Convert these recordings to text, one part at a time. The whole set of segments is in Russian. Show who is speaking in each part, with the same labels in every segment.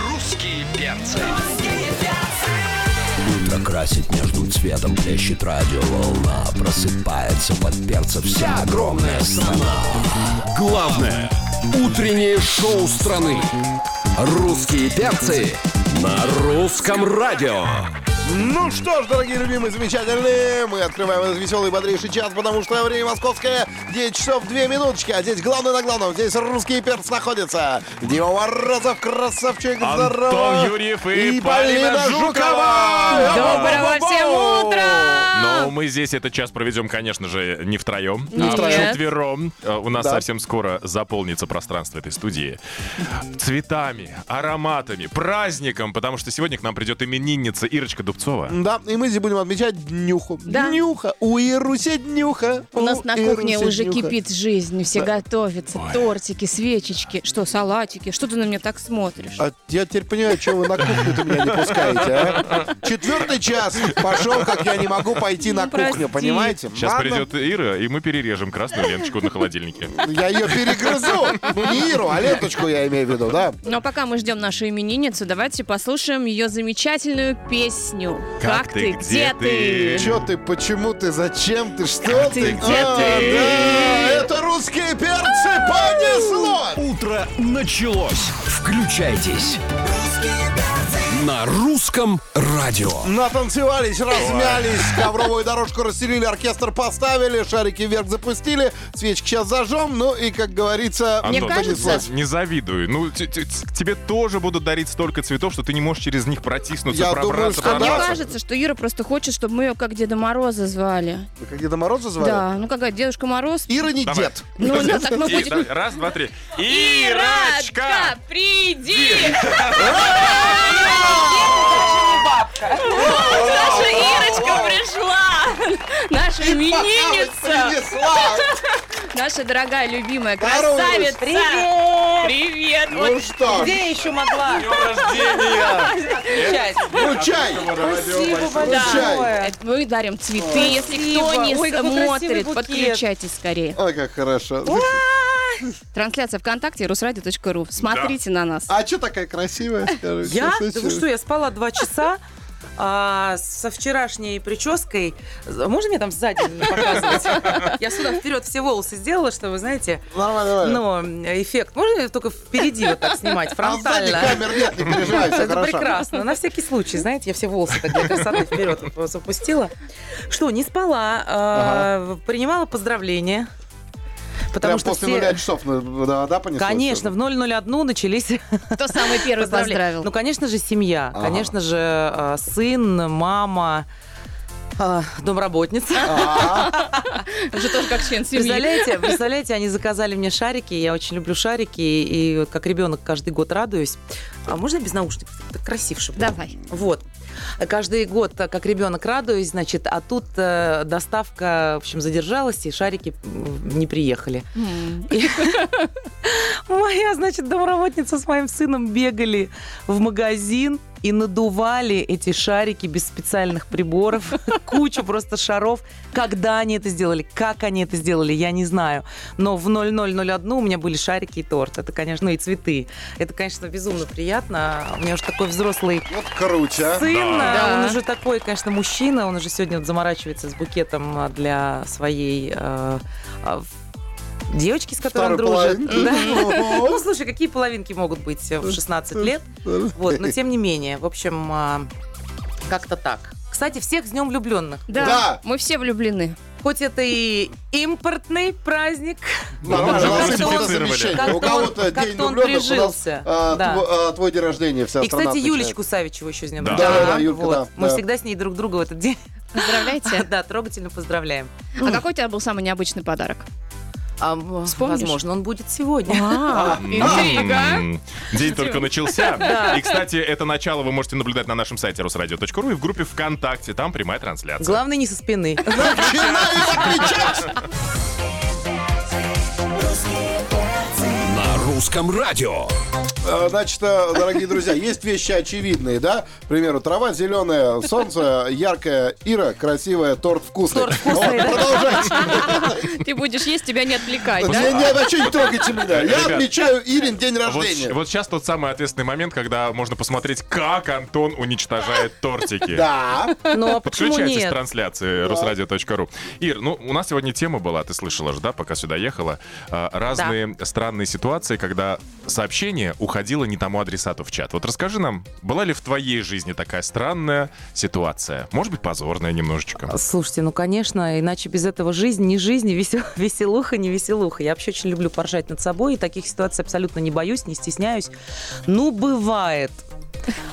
Speaker 1: Русские перцы.
Speaker 2: Утро красит между цветом, плещет радиоволна Просыпается под перца вся огромная страна Главное – утреннее шоу страны Русские перцы на русском радио
Speaker 3: Ну что ж, дорогие любимые, замечательные, мы открываем этот веселый, бодрейший час, потому что время московское, 9 часов 2 минуточки, а здесь главное на главном, здесь русский перц находится. Дима Морозов, красавчик,
Speaker 4: Антон
Speaker 3: здорово.
Speaker 4: Юрьев и
Speaker 3: Полина
Speaker 4: Полина
Speaker 3: Жукова.
Speaker 4: Жукова.
Speaker 5: Доброго всем утра!
Speaker 4: Но мы здесь этот час проведем, конечно же, не втроем,
Speaker 5: Не
Speaker 4: а
Speaker 5: втроем.
Speaker 4: четвером. Э, У нас
Speaker 3: Да.
Speaker 4: совсем скоро заполнится пространство этой студии цветами, ароматами, праздником, потому что сегодня к нам придет именинница Ирочка Дубцова.
Speaker 3: Да, и мы здесь будем отмечать днюху.
Speaker 5: Да.
Speaker 3: Днюха, у Ирусе днюха.
Speaker 5: У нас на
Speaker 3: Ирусе
Speaker 5: кухне уже
Speaker 3: днюха.
Speaker 5: кипит жизнь, все готовятся, тортики, свечечки, что, салатики, что ты на меня так смотришь?
Speaker 3: А я теперь понимаю, что вы на кухню-то меня не пускаете, а? Четвертый час пошел, как я не могу пойти на
Speaker 5: Ну,
Speaker 3: кухню,
Speaker 5: прости.
Speaker 3: понимаете?
Speaker 4: Сейчас
Speaker 3: Ладно.
Speaker 4: придет Ира, и мы перережем красную ленточку на холодильнике.
Speaker 3: Я ее перегрызу. Ну, не Иру, а ленточку я имею в виду, да?
Speaker 5: Но Ну, а пока мы ждем нашу именинницу, давайте послушаем ее замечательную песню.
Speaker 4: Как ты, где ты?
Speaker 3: Че ты, почему ты, зачем ты, что ты?
Speaker 5: где
Speaker 3: А,
Speaker 5: ты?
Speaker 3: да, это русские перцы понесло!
Speaker 2: Утро началось Включайтесь на русском радио
Speaker 3: Натанцевались, размялись, ковровую дорожку расстелили, оркестр поставили, шарики вверх запустили, свечки сейчас зажжем, ну и, как говорится,
Speaker 4: Мне
Speaker 5: А ну, кажется-
Speaker 3: понеслось.
Speaker 4: Не завидую. Ну, т- т- т- тебе тоже будут дарить столько цветов, что ты не можешь через них протиснуться,
Speaker 3: Я думаю,
Speaker 4: пробраться,
Speaker 3: что
Speaker 5: А мне
Speaker 3: Понравился.
Speaker 4: прорваться.
Speaker 5: кажется, что Ира просто хочет, чтобы мы ее как Деда Мороза звали.
Speaker 3: Вы Как Деда Мороза звали?
Speaker 5: Да, ну какая Дедушка Мороз.
Speaker 3: Ира не
Speaker 4: Давай.
Speaker 3: дед.
Speaker 5: Ну, ну, так мы
Speaker 4: И,
Speaker 5: будем-
Speaker 4: да, раз, два, три. Ирочка!
Speaker 5: приди! Вот Наша Ирочка пришла! Наша именинница!
Speaker 3: Принесла.
Speaker 5: Наша дорогая, любимая,
Speaker 3: Здорово,
Speaker 5: красавица! Привет! Привет!
Speaker 3: Ну
Speaker 5: Вот
Speaker 3: что,
Speaker 6: Где я еще могла
Speaker 4: Днем рождения!
Speaker 6: отвечать?
Speaker 3: включай.
Speaker 6: Спасибо
Speaker 3: Включай.
Speaker 6: большое.
Speaker 5: это мы дарим цветы, если кто не
Speaker 6: Ой, какой красивый
Speaker 5: смотрит,
Speaker 6: букет.
Speaker 5: подключайтесь скорее.
Speaker 3: Ой, как хорошо.
Speaker 5: Трансляция ВКонтакте русрадио.ру. Смотрите на нас.
Speaker 3: А что такая красивая, скажи?
Speaker 6: Я?
Speaker 3: Что
Speaker 6: Да вы
Speaker 3: случилось?
Speaker 6: что, я спала два часа а, со вчерашней прической. Можно мне там сзади не показывать? Я сюда вперед все волосы сделала, что вы знаете.
Speaker 3: Нормально, нормально.
Speaker 6: Но эффект. Можно только впереди вот так снимать,
Speaker 3: А сзади
Speaker 6: фронтально?
Speaker 3: камер нет, не переживай, все
Speaker 6: Это
Speaker 3: хорошо.
Speaker 6: прекрасно. На всякий случай, знаете, я все волосы так для красоты вперед запустила. Что, не спала, а, принимала поздравления. Потому
Speaker 3: Прям
Speaker 6: что
Speaker 3: после
Speaker 6: все-
Speaker 3: нуля часов, ну, да, да, понеслось?
Speaker 6: Конечно, в 001 начались
Speaker 5: Кто самый первый
Speaker 6: поздравления.
Speaker 5: поздравил?
Speaker 6: Ну, конечно же, семья.
Speaker 3: Ага.
Speaker 6: Конечно же, э, сын, мама, э, домработница.
Speaker 3: А,
Speaker 5: Уже тоже как член семьи.
Speaker 6: Представляете, представляете, они заказали мне шарики, я очень люблю шарики, и вот как ребенок каждый год радуюсь. А можно я без наушников? Так красивше. будет.
Speaker 5: Давай.
Speaker 6: Вот. Каждый год, э, как ребенок радуюсь, значит, а тут э, доставка, в общем, задержалась, и шарики м, не приехали.
Speaker 5: М.
Speaker 6: Моя, значит, домработница с моим сыном бегали в магазин и надували эти шарики без специальных приборов, кучу просто шаров. Когда они это сделали, как они это сделали, я не знаю. Но в 0001 у меня были шарики и торт. Это, конечно, ну и цветы. Это, конечно, безумно приятно. У меня уже такой взрослый
Speaker 3: Вот круче, а.
Speaker 6: сын,
Speaker 5: Да.
Speaker 6: а, он уже такой, конечно, мужчина, он уже сегодня вот заморачивается с букетом а, для своей э, а, в- девочки, с которой он
Speaker 3: Второй
Speaker 6: дружит.
Speaker 3: половинки.
Speaker 6: Да.
Speaker 3: Ого.
Speaker 6: Ну, слушай, какие половинки могут быть э, в 16 лет? Вот, но тем не менее, в общем, а, как-то так. Кстати, всех с Днем влюбленных.
Speaker 5: Да,
Speaker 3: Да.
Speaker 5: мы все влюблены.
Speaker 6: Хоть это и импортный праздник,
Speaker 3: Нормально, у нас
Speaker 4: Как-то он-
Speaker 3: импортозамещение.
Speaker 6: как-то
Speaker 3: У кого-то
Speaker 6: он-
Speaker 3: день
Speaker 6: как-то он
Speaker 3: влюбленных, у нас
Speaker 6: прижился.
Speaker 3: а,
Speaker 6: Да.
Speaker 3: тв- а, твой день рождения, вся
Speaker 6: И,
Speaker 3: страна
Speaker 6: кстати,
Speaker 3: отмечает.
Speaker 6: Юлечку Савичеву еще с днем
Speaker 4: Да.
Speaker 6: влюбленных.
Speaker 3: Да, да, Юлька,
Speaker 6: Вот.
Speaker 3: да,
Speaker 6: Мы
Speaker 3: да.
Speaker 6: всегда с ней друг друга в этот день,
Speaker 5: Поздравляйте.
Speaker 6: да, трогательно поздравляем.
Speaker 5: А какой у тебя был самый необычный подарок?
Speaker 6: А, м,
Speaker 5: Вспомнишь?
Speaker 6: Возможно, он будет сегодня.
Speaker 5: А, интрига.
Speaker 4: М, День только начался. И, кстати, это начало вы можете наблюдать на нашем сайте русрадио.ру и в группе ВКонтакте. Там прямая трансляция.
Speaker 6: Главное, не со спины.
Speaker 2: на русском радио.
Speaker 3: Э, Значит, э, дорогие друзья, есть вещи очевидные, да? К примеру, трава зеленая, солнце яркое, Ира красивая, торт вкусный.
Speaker 6: Торт вкусный,
Speaker 3: Вот,
Speaker 6: да.
Speaker 3: Продолжайте.
Speaker 5: Ты будешь есть, тебя не отвлекать, да?
Speaker 3: Не, не, вообще не трогайте меня. Я
Speaker 4: Ребят, а
Speaker 3: отмечаю Ирин день
Speaker 4: Вот,
Speaker 3: рождения.
Speaker 4: сейчас тот самый ответственный момент, когда можно посмотреть, как Антон уничтожает тортики.
Speaker 3: Да.
Speaker 6: Ну а почему
Speaker 4: Подключайтесь к
Speaker 6: нет?
Speaker 4: трансляции русрадио.ру. Ир, ну у нас сегодня тема была, ты слышала же, да, пока сюда ехала. а, Разные странные ситуации, когда сообщение уходило не тому адресату в чат. Вот расскажи нам, была ли в твоей жизни такая странная ситуация? Может быть, позорная немножечко.
Speaker 6: Слушайте, ну конечно, иначе без этого жизнь не жизнь, и весел- веселуха не веселуха. Я вообще очень люблю поржать над собой, и таких ситуаций абсолютно не боюсь, не стесняюсь. Ну, бывает.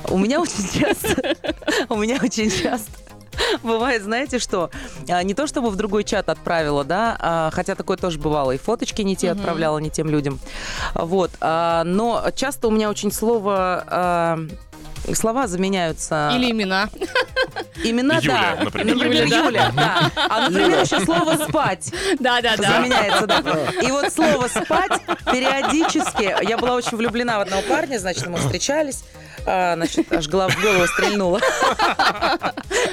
Speaker 6: У меня очень часто, у меня очень часто бывает, знаете что, а, не то чтобы в другой чат отправила, да, а, хотя такое тоже бывало, и фоточки не те отправляла, не тем людям. Вот, а, но часто у меня очень слово... а, Слова заменяются
Speaker 5: Или имена.
Speaker 6: Имена,
Speaker 4: Юля,
Speaker 6: да.
Speaker 4: например.
Speaker 5: Юля, да.
Speaker 6: Юля, да. А, например, еще слово «спать»
Speaker 5: Да-да-да.
Speaker 6: заменяется, да. И вот слово «спать» периодически... Я была очень влюблена в одного парня, значит, мы встречались, а, значит, аж голова в голову стрельнула.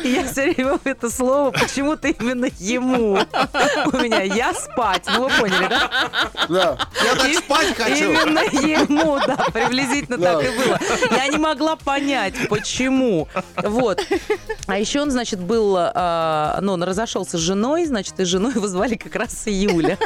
Speaker 6: И я все время это слово почему-то именно ему. У меня «я спать». Ну, вы поняли, да?
Speaker 3: Да. Я так
Speaker 6: И-
Speaker 3: спать хочу.
Speaker 6: Именно ему, да, приблизительно
Speaker 3: Да.
Speaker 6: так и было. Я не могла понять, почему. Вот. А еще он, значит, был, а, ну, он разошелся с женой, значит, и жену его звали как раз Юля.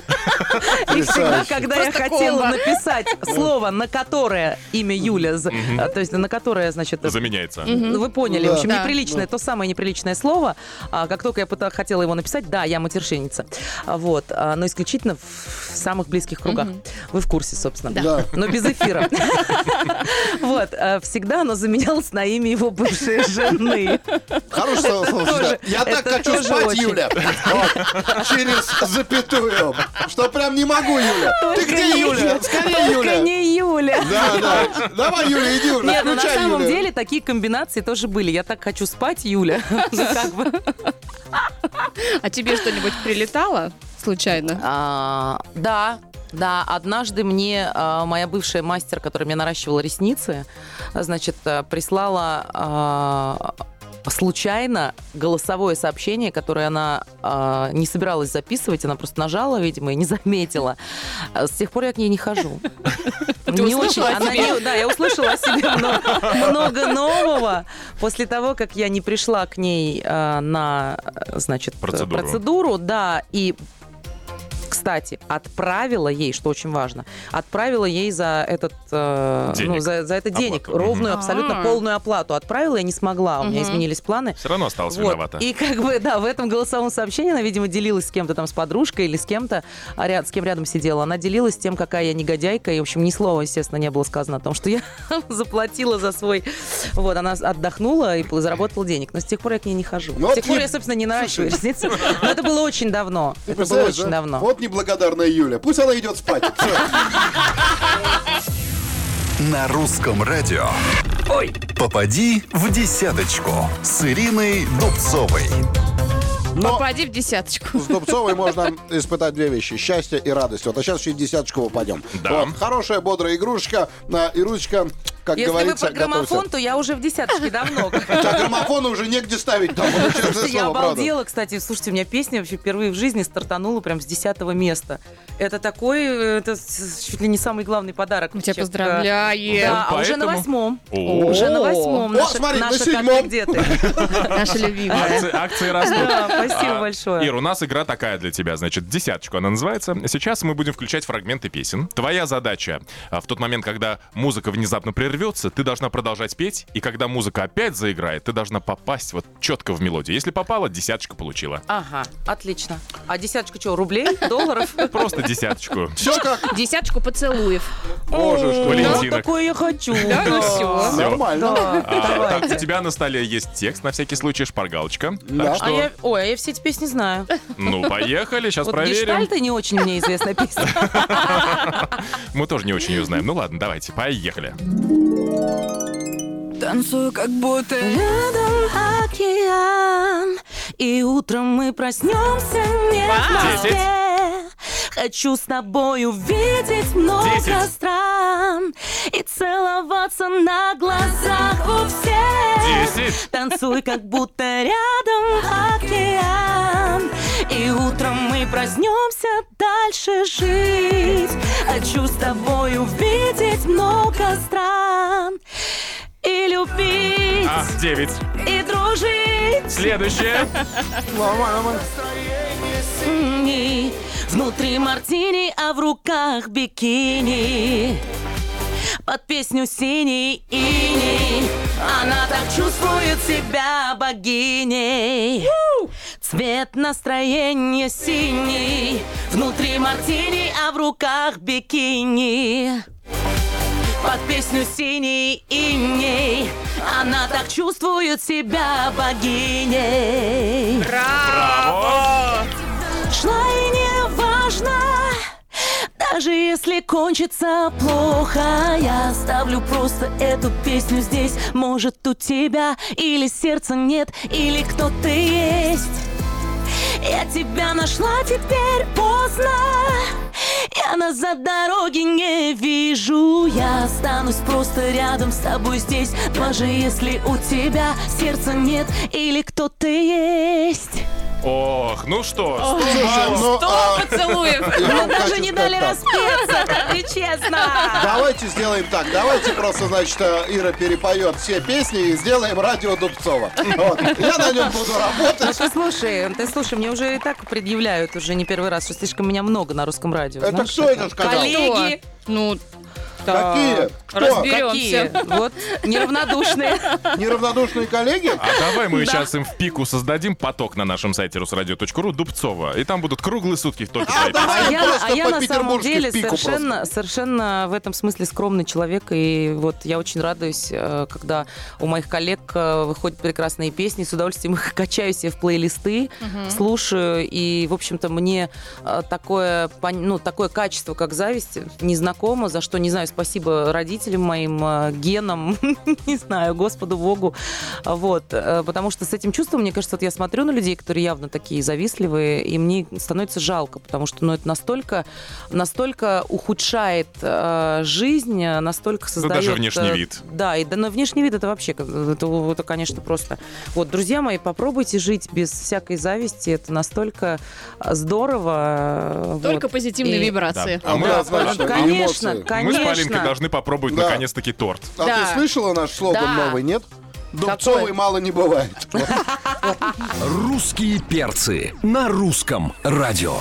Speaker 6: И всегда,
Speaker 3: Потрясающе.
Speaker 6: когда я
Speaker 5: Просто
Speaker 6: хотела
Speaker 5: комбо.
Speaker 6: написать слово, на которое имя Юля, за- а, то есть на которое, значит,
Speaker 4: Заменяется.
Speaker 6: ну, вы поняли, в общем,
Speaker 5: Да.
Speaker 6: неприличное, то самое неприличное слово. А, как только я пыта- хотела его написать, да, я матершинница. А, Вот, а, но исключительно в, в самых близких кругах. Вы в курсе, собственно.
Speaker 5: Да.
Speaker 3: Да.
Speaker 6: Но без эфира. Вот, а, всегда оно заменялось на имя его бывшей жены.
Speaker 3: Хорошее слово, слово,
Speaker 6: тоже-
Speaker 3: да. Я так
Speaker 6: это
Speaker 3: хочу
Speaker 6: тоже
Speaker 3: спать,
Speaker 6: очень.
Speaker 3: Юля. Вот. Через запятую. Что прям не могу, Юля. Ты
Speaker 6: Только
Speaker 3: где,
Speaker 6: не
Speaker 3: Юля?
Speaker 6: Юля.
Speaker 3: Скорее,
Speaker 6: Только
Speaker 3: Юля.
Speaker 6: не Юля.
Speaker 3: Да, да. Давай, Юля, иди уже.
Speaker 6: Нет, ну на
Speaker 3: включай
Speaker 6: самом
Speaker 3: Юлю.
Speaker 6: деле такие комбинации тоже были. Я так хочу спать, Юля. Ну, как бы.
Speaker 5: А тебе что-нибудь прилетало случайно?
Speaker 6: А, да, да, однажды мне а, моя бывшая мастер, которая мне наращивала ресницы, а, значит, а, прислала а, случайно голосовое сообщение, которое она а, не собиралась записывать, она просто нажала, видимо, и не заметила. А С тех пор я к ней не хожу. Мне
Speaker 5: услышала о
Speaker 6: она
Speaker 5: себе?
Speaker 6: не- да, я услышала о себе много, много нового после того, как я не пришла к ней а, на, э, значит,
Speaker 4: Процедуру.
Speaker 6: процедуру, да, и кстати, отправила ей, что очень важно, отправила ей за этот э,
Speaker 4: Денег.
Speaker 6: ну, за, за это денег
Speaker 4: Оплату.
Speaker 6: ровную,
Speaker 5: Мгм.
Speaker 6: абсолютно
Speaker 5: А.
Speaker 6: полную оплату. Отправила, я не смогла, у меня
Speaker 5: Мгм.
Speaker 6: изменились планы.
Speaker 4: Все равно осталась
Speaker 6: Вот.
Speaker 4: виновата.
Speaker 6: И как бы, да, в этом голосовом сообщении она, видимо, делилась с кем-то там, с подружкой или с кем-то, а ряд, с кем рядом сидела. Она делилась тем, какая я негодяйка. И, в общем, ни слова, естественно, не было сказано о том, что я заплатила за свой... Вот, она отдохнула и заработала денег. Но с тех пор я к ней не хожу.
Speaker 3: Ну,
Speaker 6: с
Speaker 3: вот
Speaker 6: тех пор
Speaker 3: не-
Speaker 6: я, собственно, не наращиваю ресницы. Но это было очень давно.
Speaker 3: Ты
Speaker 6: Это было
Speaker 3: представляешь,
Speaker 6: очень
Speaker 3: да?
Speaker 6: давно.
Speaker 3: Вот неблагодарная Юля. Пусть она идет спать. Всё.
Speaker 1: На русском радио. Ой! Попади в десяточку с Ириной Дубцовой.
Speaker 3: Но
Speaker 5: Попади в десяточку.
Speaker 3: с Дубцовой можно испытать две вещи. Счастье и радость. Вот, а сейчас еще и в десяточку попадем.
Speaker 4: Да.
Speaker 3: Вот, хорошая, бодрая игрушка. На, Ирусечка, как
Speaker 6: Если вы
Speaker 3: говорится,
Speaker 6: про граммофон,
Speaker 3: готовься.
Speaker 6: то я уже в десяточке давно.
Speaker 3: Хотя граммофона уже негде ставить. Там, вот, честное
Speaker 6: Слушайте, я
Speaker 3: слово, правда.
Speaker 6: обалдела, кстати. Слушайте, у меня песня вообще впервые в жизни стартанула прям с 10 места. Это такой, э, это с- чуть ли не самый главный подарок.
Speaker 5: Мы тебя
Speaker 6: вообще к-
Speaker 5: поздравляем.
Speaker 6: Да,
Speaker 4: Он
Speaker 6: а уже на
Speaker 4: поэтому-
Speaker 6: восьмом.
Speaker 4: О.
Speaker 6: Уже на восьмом.
Speaker 3: О, смотри, на
Speaker 6: наша «Как ты,
Speaker 3: седьмом».
Speaker 6: где ты?
Speaker 5: Наша любимая.
Speaker 4: Акции, акции растут.
Speaker 6: Да,
Speaker 4: А,
Speaker 6: спасибо большое.
Speaker 4: Ир, у нас игра такая для тебя, значит, десяточку она называется. Сейчас мы будем включать фрагменты песен. Твоя задача а, в тот момент, когда музыка внезапно прервется, ты должна продолжать петь, и когда музыка опять заиграет, ты должна попасть вот четко в мелодию. Если попала, десяточку получила.
Speaker 6: Ага, отлично. А десяточка что, рублей, долларов?
Speaker 4: Просто десяточку.
Speaker 3: Все как
Speaker 5: Десяточку поцелуев.
Speaker 3: Боже, что
Speaker 4: ли.
Speaker 6: Да,
Speaker 4: Валентина.
Speaker 6: такое я хочу.
Speaker 5: Да, ну всё.
Speaker 4: Всё.
Speaker 3: нормально.
Speaker 6: Да,
Speaker 4: А,
Speaker 6: давайте.
Speaker 4: так, у тебя на столе есть текст, на всякий случай, шпаргалочка.
Speaker 3: Да.
Speaker 4: Так
Speaker 6: А
Speaker 4: что,
Speaker 6: я, ой, а я все эти песни знаю.
Speaker 4: ну, поехали, сейчас
Speaker 6: Вот
Speaker 4: проверим.
Speaker 6: гештальт и не очень мне а известная песня.
Speaker 4: Мы тоже не очень ее знаем. Ну ладно, давайте, поехали.
Speaker 7: Танцую как будто
Speaker 6: Рядом океан, и утром мы проснемся не в
Speaker 4: Десять.
Speaker 6: Москве. Хочу с тобой увидеть много
Speaker 4: Десять.
Speaker 6: стран и целоваться на глазах у всех.
Speaker 4: Десять.
Speaker 6: Танцуй, как будто рядом океан. И утром мы проснемся дальше жить. Хочу с тобой увидеть много стран. И любить,
Speaker 4: А, девять.
Speaker 6: и дружить.
Speaker 4: Следующее.
Speaker 6: Мартини. Внутри мартини, а в руках бикини Под песню синий ини Она так чувствует себя богиней Цвет настроения синий Внутри мартини, а в руках бикини под песню синий иней Она так чувствует себя богиней Шла и не важно, даже если кончится плохо Я оставлю просто эту песню здесь Может у тебя или сердца нет, или кто ты есть Я тебя нашла теперь поздно я назад дороги не вижу Я останусь просто рядом с тобой здесь Даже если у тебя сердца нет Или кто ты есть
Speaker 4: Ох, ну что, ж,
Speaker 3: Слушай, ну,
Speaker 5: Сто
Speaker 3: а,
Speaker 5: поцелуев.
Speaker 3: я
Speaker 6: Мы
Speaker 3: вам
Speaker 6: даже
Speaker 3: хочу
Speaker 6: Ну, не
Speaker 3: сказать
Speaker 6: дали
Speaker 3: так.
Speaker 6: распеться, скажи честно.
Speaker 3: Давайте сделаем так. Давайте просто, значит, э, Ира перепоет все песни и сделаем радио Дубцова. Вот. Я на нем буду работать.
Speaker 6: Ты слушай, ты слушай, мне уже и так предъявляют уже не первый раз, что слишком меня много на русском радио.
Speaker 3: Это
Speaker 6: знаешь,
Speaker 3: кто это сказал?
Speaker 6: Коллеги. Коллеги.
Speaker 5: Ну,
Speaker 6: так.
Speaker 3: Какие? Кто?
Speaker 5: разберем.
Speaker 6: Какие? Вот, неравнодушные.
Speaker 3: Неравнодушные коллеги?
Speaker 4: А давай мы сейчас им в пику создадим поток на нашем сайте русрадио.ру Дубцова. И там будут круглые сутки только твои песни.
Speaker 6: А
Speaker 3: Давай
Speaker 6: я,
Speaker 3: просто
Speaker 6: а я на самом
Speaker 3: по-петербургски
Speaker 6: деле
Speaker 3: в пику просто.
Speaker 6: совершенно, совершенно в этом смысле скромный человек. И вот я очень радуюсь, э, когда у моих коллег э, выходят прекрасные песни. С удовольствием их качаю себе в плейлисты, слушаю. И, в общем-то, мне э, такое, пон- ну, такое качество, как зависть, незнакомо, за что, не знаю, спасибо родителям моим, э, генам, не знаю, Господу Богу. Вот, э, потому что с этим чувством, мне кажется, вот я смотрю на людей, которые явно такие завистливые, и мне становится жалко, потому что, ну, это настолько, настолько ухудшает э, жизнь, э, настолько создает...
Speaker 4: даже
Speaker 6: э,
Speaker 4: внешний вид.
Speaker 6: Да, и да, но внешний вид это вообще, как- это, это, конечно, просто... Вот, друзья мои, попробуйте жить без всякой зависти, это настолько э, здорово. э,
Speaker 5: только
Speaker 6: вот.
Speaker 5: позитивные
Speaker 6: И-
Speaker 5: вибрации.
Speaker 4: А мы,
Speaker 3: Да,
Speaker 4: а
Speaker 3: точно.
Speaker 6: ну, Конечно,
Speaker 3: Эмоции.
Speaker 4: мы с
Speaker 6: конечно.
Speaker 4: Полинкой должны попробовать
Speaker 3: Да.
Speaker 4: наконец-таки торт.
Speaker 3: А
Speaker 5: Да.
Speaker 3: ты слышала наш слоган
Speaker 5: Да.
Speaker 3: новый, нет? Дубцовой мало не бывает.
Speaker 2: Русские перцы на русском радио.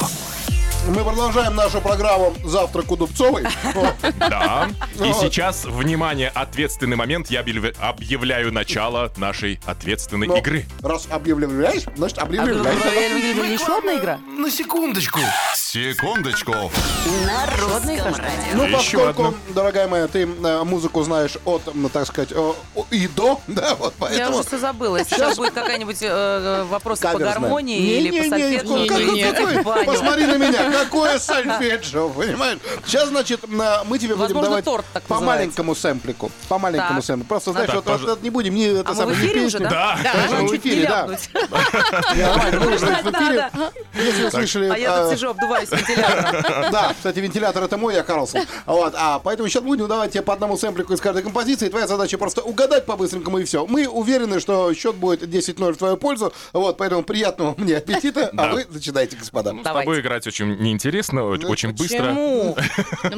Speaker 3: Мы продолжаем нашу программу «Завтрак у Дубцовой». Вот.
Speaker 4: Да. И
Speaker 3: Вот.
Speaker 4: сейчас, внимание, ответственный момент. Я объяв- объявляю начало нашей ответственной
Speaker 3: Но
Speaker 4: игры.
Speaker 3: Раз объявляешь, значит объявляешь.
Speaker 6: Еще одна игра?
Speaker 2: На секундочку.
Speaker 1: Секундочку.
Speaker 3: Ну,
Speaker 4: Еще
Speaker 3: поскольку,
Speaker 4: одно.
Speaker 3: дорогая моя, ты э, музыку знаешь от, м, так сказать, э, о- и до, да, вот
Speaker 6: Я
Speaker 3: поэтому...
Speaker 6: уже все забыла. Если сейчас будет какая-нибудь э, э, вопрос по
Speaker 3: каверзная.
Speaker 6: гармонии
Speaker 3: Не,
Speaker 6: или
Speaker 3: не,
Speaker 6: по
Speaker 3: не,
Speaker 6: сольфеджио,
Speaker 3: ну, как-
Speaker 6: идите
Speaker 3: какой-
Speaker 6: в баню.
Speaker 3: Посмотри на меня, какое сольфеджио, понимаешь? Сейчас, значит, на- мы тебе будем
Speaker 6: Возможно,
Speaker 3: давать
Speaker 6: торт так
Speaker 3: по
Speaker 6: называется.
Speaker 3: маленькому сэмплику. По маленькому
Speaker 6: Так.
Speaker 3: сэмплику. Просто, знаешь,
Speaker 4: Так,
Speaker 3: вот
Speaker 4: пож-
Speaker 3: вот это не будем ни это
Speaker 6: А мы
Speaker 3: самое,
Speaker 6: в
Speaker 3: ни
Speaker 6: эфире уже,
Speaker 3: песню.
Speaker 6: да?
Speaker 4: Да.
Speaker 3: Конечно,
Speaker 6: Можно
Speaker 3: в
Speaker 6: чуть не
Speaker 3: эфире, да.
Speaker 6: ляпнуть.
Speaker 3: Нормально, выложить в эфире.
Speaker 6: надо.
Speaker 3: Если вы слышали...
Speaker 6: А я тут
Speaker 3: э,
Speaker 6: сижу, обдуваюсь вентилятором.
Speaker 3: Да, кстати, вентилятор это мой, я Карлсон. Вот, а поэтому сейчас будем давать тебе по одному сэмплику из каждой композиции. Твоя задача просто угадать по-быстренькому и все. Мы уверены, что счет будет 10-0 в твою пользу. Вот, поэтому приятного мне аппетита.
Speaker 4: Да.
Speaker 3: А вы зачинайте, господа.
Speaker 4: Ну, с
Speaker 6: Давайте.
Speaker 4: тобой играть очень неинтересно, о-
Speaker 3: Ну,
Speaker 4: очень быстро.
Speaker 6: Почему?
Speaker 5: Но мы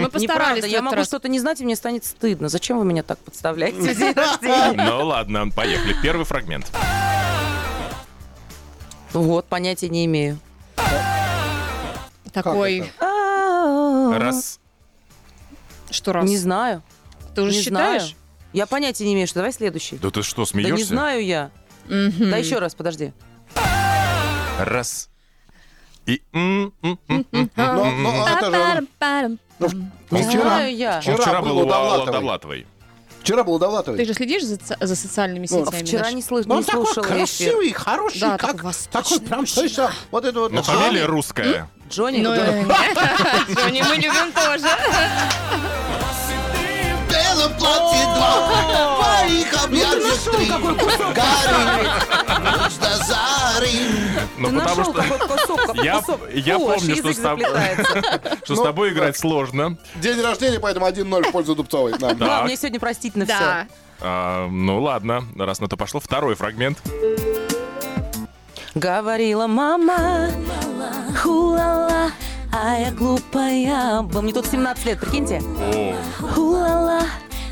Speaker 5: постарались
Speaker 6: Неправда,
Speaker 5: в
Speaker 6: я
Speaker 5: этот
Speaker 6: могу
Speaker 5: раз.
Speaker 6: что-то не знать, и мне станет стыдно. Зачем вы меня так подставляете в день рождения?
Speaker 4: Ну ладно, поехали. Первый фрагмент.
Speaker 6: Ну Вот, понятия не имею.
Speaker 5: Такой,
Speaker 4: Раз.
Speaker 5: что раз.
Speaker 6: Не знаю.
Speaker 5: Ты уже
Speaker 6: Не знаю.
Speaker 5: считаешь?
Speaker 6: Я понятия не имею, что давай следующий.
Speaker 4: Да ты что,
Speaker 6: Да не
Speaker 4: смеешься?
Speaker 6: знаю я. Да еще раз, подожди.
Speaker 4: Раз. И... м, м, м.
Speaker 3: Но,
Speaker 4: м-м-м.
Speaker 3: но это же...
Speaker 5: Парам-парам.
Speaker 3: ну,
Speaker 6: Не
Speaker 3: вчера,
Speaker 6: знаю я.
Speaker 3: Вчера,
Speaker 4: Вчера
Speaker 3: был у
Speaker 4: был у Аллы
Speaker 3: Довлатовой.
Speaker 4: Довлатовой.
Speaker 3: Вчера был у
Speaker 5: Ты
Speaker 3: Довлатовой.
Speaker 5: же следишь за, со- за социальными
Speaker 3: Ну, а
Speaker 5: сетями?
Speaker 6: Вчера
Speaker 5: нашими?
Speaker 6: не слыш-
Speaker 3: Ну,
Speaker 6: не
Speaker 3: он такой
Speaker 6: слушала эфир.
Speaker 3: красивый, хороший,
Speaker 5: Да,
Speaker 3: как...
Speaker 5: такой восточный
Speaker 3: такой прям, точно, вот это вот...
Speaker 4: Но Ну, фамилия русская.
Speaker 6: Джонни,
Speaker 5: Ну,
Speaker 6: да.
Speaker 5: э, нет. Джонни, мы любим тоже.
Speaker 3: В белом платье два, двоих объятий три. Гарри, ночь до зары.
Speaker 4: Ну,
Speaker 6: Ты
Speaker 4: потому
Speaker 6: нашел
Speaker 4: что
Speaker 6: какой-то кусок, какой
Speaker 4: Я-
Speaker 6: кусок.
Speaker 4: я
Speaker 6: Фу, аж
Speaker 4: помню, что
Speaker 6: язык
Speaker 4: с тобой-
Speaker 6: заплетается.
Speaker 4: что с
Speaker 3: Ну,
Speaker 4: тобой
Speaker 3: да.
Speaker 4: играть сложно.
Speaker 3: День рождения, поэтому 1-0 в пользу Дубцовой. Да.
Speaker 6: Да, мне сегодня простить на все.
Speaker 5: Да.
Speaker 4: А, ну ладно, раз на то пошло. Второй фрагмент.
Speaker 6: Говорила мама, хулала, а я глупая. была». Мне тут 17 лет, прикиньте.
Speaker 4: О,
Speaker 6: Хулала,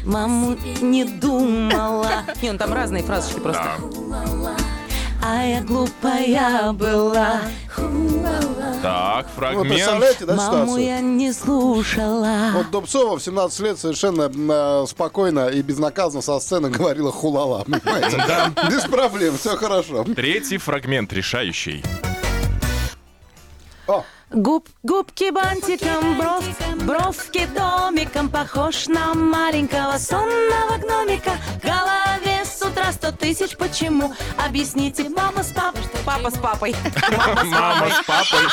Speaker 6: маму не думала. Не, ну там разные фразочки просто.
Speaker 4: да.
Speaker 6: А я глупая была,
Speaker 4: Так,
Speaker 3: Вы
Speaker 4: фрагмент.
Speaker 3: представляете, да,
Speaker 6: маму
Speaker 3: ситуацию?
Speaker 6: я не слушала.
Speaker 3: Вот Дубцова в 17 лет совершенно э, спокойно и безнаказанно со сцены говорила хулала. понимаете? Без проблем, все хорошо.
Speaker 4: Третий фрагмент решающий.
Speaker 3: О,
Speaker 6: Губ, губки бантиком, бров, бровки домиком Похож на маленького сонного гномика В голове с утра сто тысяч почему Объясните, мама с папой Папа с папой
Speaker 4: Мама с папой.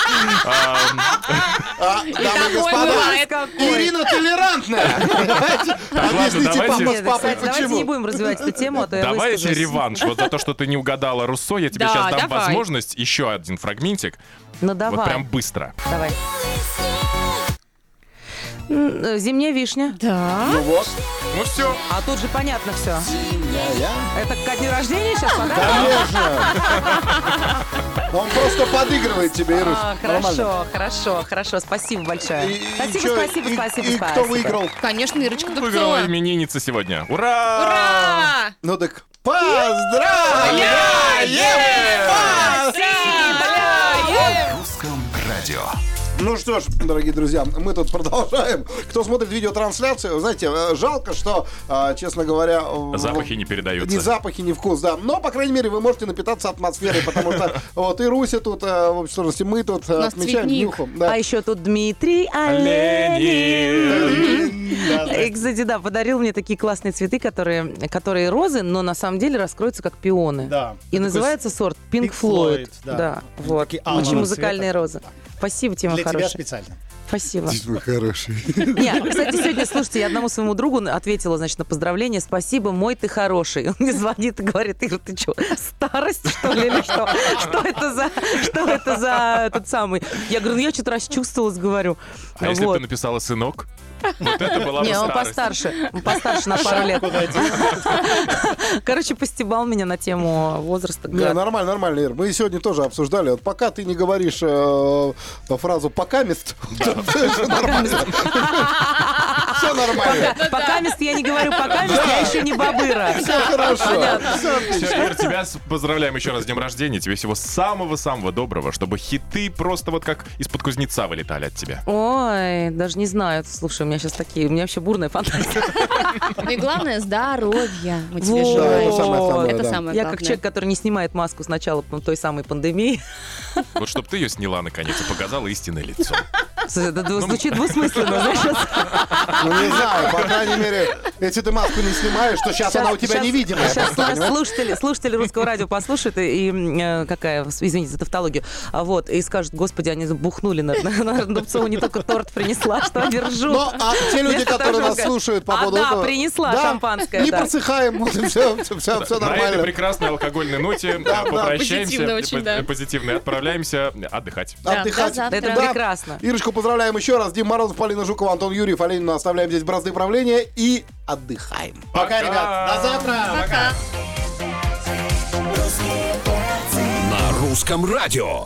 Speaker 3: а, дамы и господа,
Speaker 5: бывает.
Speaker 3: А, Ирина толерантная. Понимаете?
Speaker 4: Так, ладно,
Speaker 3: Объясните
Speaker 4: давайте-
Speaker 3: папа с папой,
Speaker 6: Кстати, давайте не
Speaker 3: почему.
Speaker 6: будем развивать эту тему, а то я
Speaker 4: Давайте
Speaker 6: выскажусь.
Speaker 4: реванш. Вот за то, что ты не угадала Руссо, я тебе
Speaker 5: Да,
Speaker 4: сейчас дам
Speaker 5: давай.
Speaker 4: возможность. Еще один фрагментик.
Speaker 6: Ну
Speaker 4: Вот
Speaker 6: давай,
Speaker 4: прям быстро.
Speaker 6: давай. М, э, Зимняя вишня.
Speaker 5: Да.
Speaker 3: Вот,
Speaker 4: Ну все.
Speaker 6: А тут же понятно все.
Speaker 3: я, я.
Speaker 6: Это ко дню рождения сейчас, да?
Speaker 3: Конечно. Он просто подыгрывает тебе, Ирусь.
Speaker 6: А,
Speaker 3: Нормально.
Speaker 6: хорошо, хорошо, хорошо. Спасибо большое.
Speaker 3: И- и
Speaker 6: спасибо,
Speaker 3: чё,
Speaker 6: спасибо,
Speaker 3: и-
Speaker 6: спасибо,
Speaker 3: И
Speaker 6: спасибо.
Speaker 3: кто выиграл?
Speaker 5: Конечно, Ирочка
Speaker 4: Выиграла
Speaker 5: Дубцова.
Speaker 4: именинница сегодня. Ура!
Speaker 5: Ура!
Speaker 3: Ну так поздравляем!
Speaker 2: Радио.
Speaker 3: Ну что ж, дорогие друзья, мы тут продолжаем. Кто смотрит видеотрансляцию, вы знаете, э, жалко, что, э, честно говоря... э,
Speaker 4: Запахи не
Speaker 3: Ни
Speaker 4: передаются.
Speaker 3: запахи, ни вкус, да. Но, по крайней мере, вы можете напитаться атмосферой, потому что вот и Руся тут, э, в общей сложности, мы тут э,
Speaker 5: нас
Speaker 3: отмечаем
Speaker 5: цветник.
Speaker 3: нюхом. да.
Speaker 6: А еще тут Дмитрий Оленин.
Speaker 4: Ленин!
Speaker 6: И, кстати, да, подарил мне такие классные цветы, которые, которые розы, но на самом деле раскроются как пионы.
Speaker 7: Да.
Speaker 6: И называется сорт Pink
Speaker 7: Pink
Speaker 6: Floyd.
Speaker 7: Floyd, да. Они
Speaker 6: вот.
Speaker 7: такие алого
Speaker 6: Очень музыкальные розы. Спасибо, Тима
Speaker 7: Для тебя
Speaker 6: хорошая.
Speaker 7: специально.
Speaker 6: Спасибо.
Speaker 3: Вы хорошие.
Speaker 6: Не, ну, кстати, сегодня, слушайте, я одному своему другу ответила, значит, на поздравление. Спасибо, мой ты хороший. Он мне звонит и говорит, Ир, ты что, старость, что ли, или что? Что это за, что это за этот самый? Я говорю, ну я что-то расчувствовалась, говорю.
Speaker 4: А если бы
Speaker 6: Вот.
Speaker 4: ты написала сынок? Вот это была бы
Speaker 6: Не, он
Speaker 4: старость.
Speaker 6: постарше, он постарше на пару лет.
Speaker 7: Куда идти?
Speaker 6: Короче, постебал меня на тему возраста.
Speaker 3: Не,
Speaker 6: гад.
Speaker 3: нормально, нормально, Ир. Мы сегодня тоже обсуждали. Вот пока ты не говоришь э, фразу «покамест», все нормально. Все нормально.
Speaker 6: Пока мест я не говорю пока мест, я еще не бабыра.
Speaker 3: Все хорошо. Все
Speaker 4: Всё,
Speaker 3: отлично.
Speaker 4: Ир, тебя с- поздравляем еще раз с днем рождения. Тебе всего самого-самого доброго, чтобы хиты просто вот как из-под кузнеца вылетали от тебя.
Speaker 6: Ой, даже не знаю. Слушай, у меня сейчас такие, у меня вообще бурная фантазия.
Speaker 5: Ну и главное, здоровья. Мы тебе
Speaker 6: Вот.
Speaker 3: Да, это
Speaker 5: желаем.
Speaker 3: самое основное,
Speaker 5: Это
Speaker 3: да.
Speaker 5: самое
Speaker 6: Я как
Speaker 5: главное.
Speaker 6: человек, который не снимает маску с начала ну, той самой пандемии.
Speaker 4: Вот чтобы ты ее сняла наконец и показала истинное лицо.
Speaker 6: Слушай, это звучит двусмысленно, знаешь, сейчас.
Speaker 3: Ну, не знаю, по крайней мере, если ты маску не снимаешь, то сейчас она у тебя невидимая.
Speaker 6: Сейчас нас слушатели, слушатели русского радио послушают и, и, э, какая, извините за тавтологию, а вот, и скажут, господи, они забухнули, наверное, наверное, Дубцова не только торт принесла, что я держу.
Speaker 3: Но а те люди,
Speaker 6: Вместо
Speaker 3: которые
Speaker 6: того,
Speaker 3: нас
Speaker 6: что-
Speaker 3: слушают по
Speaker 6: А,
Speaker 3: поводу
Speaker 6: да,
Speaker 3: этого...
Speaker 6: принесла
Speaker 3: Да,
Speaker 6: шампанское,
Speaker 3: Не
Speaker 6: да.
Speaker 3: просыхаем, все,
Speaker 4: На этой
Speaker 3: нормально.
Speaker 4: прекрасной алкогольной ноте
Speaker 3: Да, да,
Speaker 4: попрощаемся.
Speaker 5: позитивно очень,
Speaker 4: Пози-
Speaker 5: да.
Speaker 4: Позитивно отправляемся отдыхать.
Speaker 5: Да,
Speaker 3: Отдыхать.
Speaker 5: до завтра.
Speaker 6: Это
Speaker 3: Да.
Speaker 6: прекрасно.
Speaker 3: Ирочку поздравляем еще раз. Дим Морозов, Полина Жукова, Антон Юрьев, Оленину оставляем здесь бразды правления и отдыхаем.
Speaker 7: Пока, ребят. До завтра.
Speaker 2: На русском радио.